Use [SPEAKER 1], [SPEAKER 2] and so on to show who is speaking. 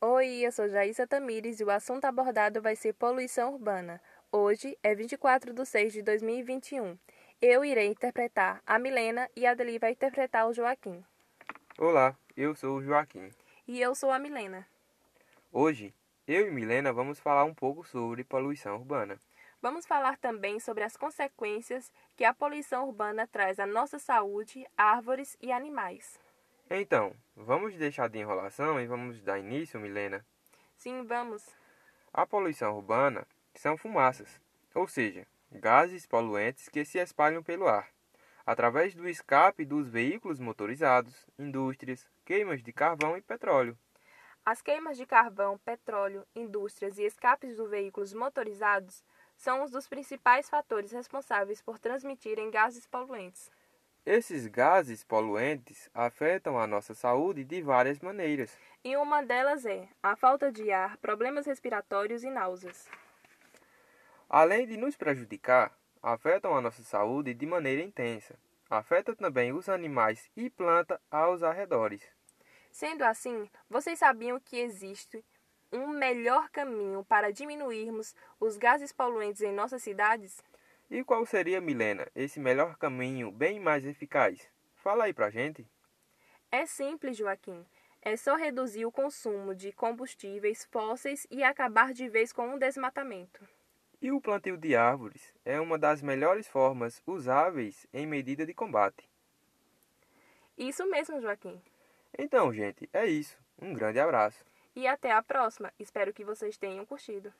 [SPEAKER 1] Oi, eu sou Jaísa Tamires e o assunto abordado vai ser poluição urbana. Hoje é 24 de 6 de 2021. Eu irei interpretar a Milena e a Adeli vai interpretar o Joaquim.
[SPEAKER 2] Olá, eu sou o Joaquim.
[SPEAKER 1] E eu sou a Milena.
[SPEAKER 2] Hoje, eu e Milena vamos falar um pouco sobre poluição urbana.
[SPEAKER 1] Vamos falar também sobre as consequências que a poluição urbana traz à nossa saúde, árvores e animais.
[SPEAKER 2] Então, vamos deixar de enrolação e vamos dar início, Milena.
[SPEAKER 1] Sim, vamos.
[SPEAKER 2] A poluição urbana são fumaças, ou seja, gases poluentes que se espalham pelo ar, através do escape dos veículos motorizados, indústrias, queimas de carvão e petróleo.
[SPEAKER 1] As queimas de carvão, petróleo, indústrias e escapes dos veículos motorizados são um dos principais fatores responsáveis por transmitirem gases poluentes.
[SPEAKER 2] Esses gases poluentes afetam a nossa saúde de várias maneiras.
[SPEAKER 1] E uma delas é a falta de ar, problemas respiratórios e náuseas.
[SPEAKER 2] Além de nos prejudicar, afetam a nossa saúde de maneira intensa. Afeta também os animais e planta aos arredores.
[SPEAKER 1] Sendo assim, vocês sabiam que existe um melhor caminho para diminuirmos os gases poluentes em nossas cidades?
[SPEAKER 2] E qual seria, Milena, esse melhor caminho bem mais eficaz? Fala aí pra gente.
[SPEAKER 1] É simples, Joaquim. É só reduzir o consumo de combustíveis fósseis e acabar de vez com o desmatamento.
[SPEAKER 2] E o plantio de árvores é uma das melhores formas usáveis em medida de combate.
[SPEAKER 1] Isso mesmo, Joaquim.
[SPEAKER 2] Então, gente, é isso. Um grande abraço.
[SPEAKER 1] E até a próxima. Espero que vocês tenham curtido.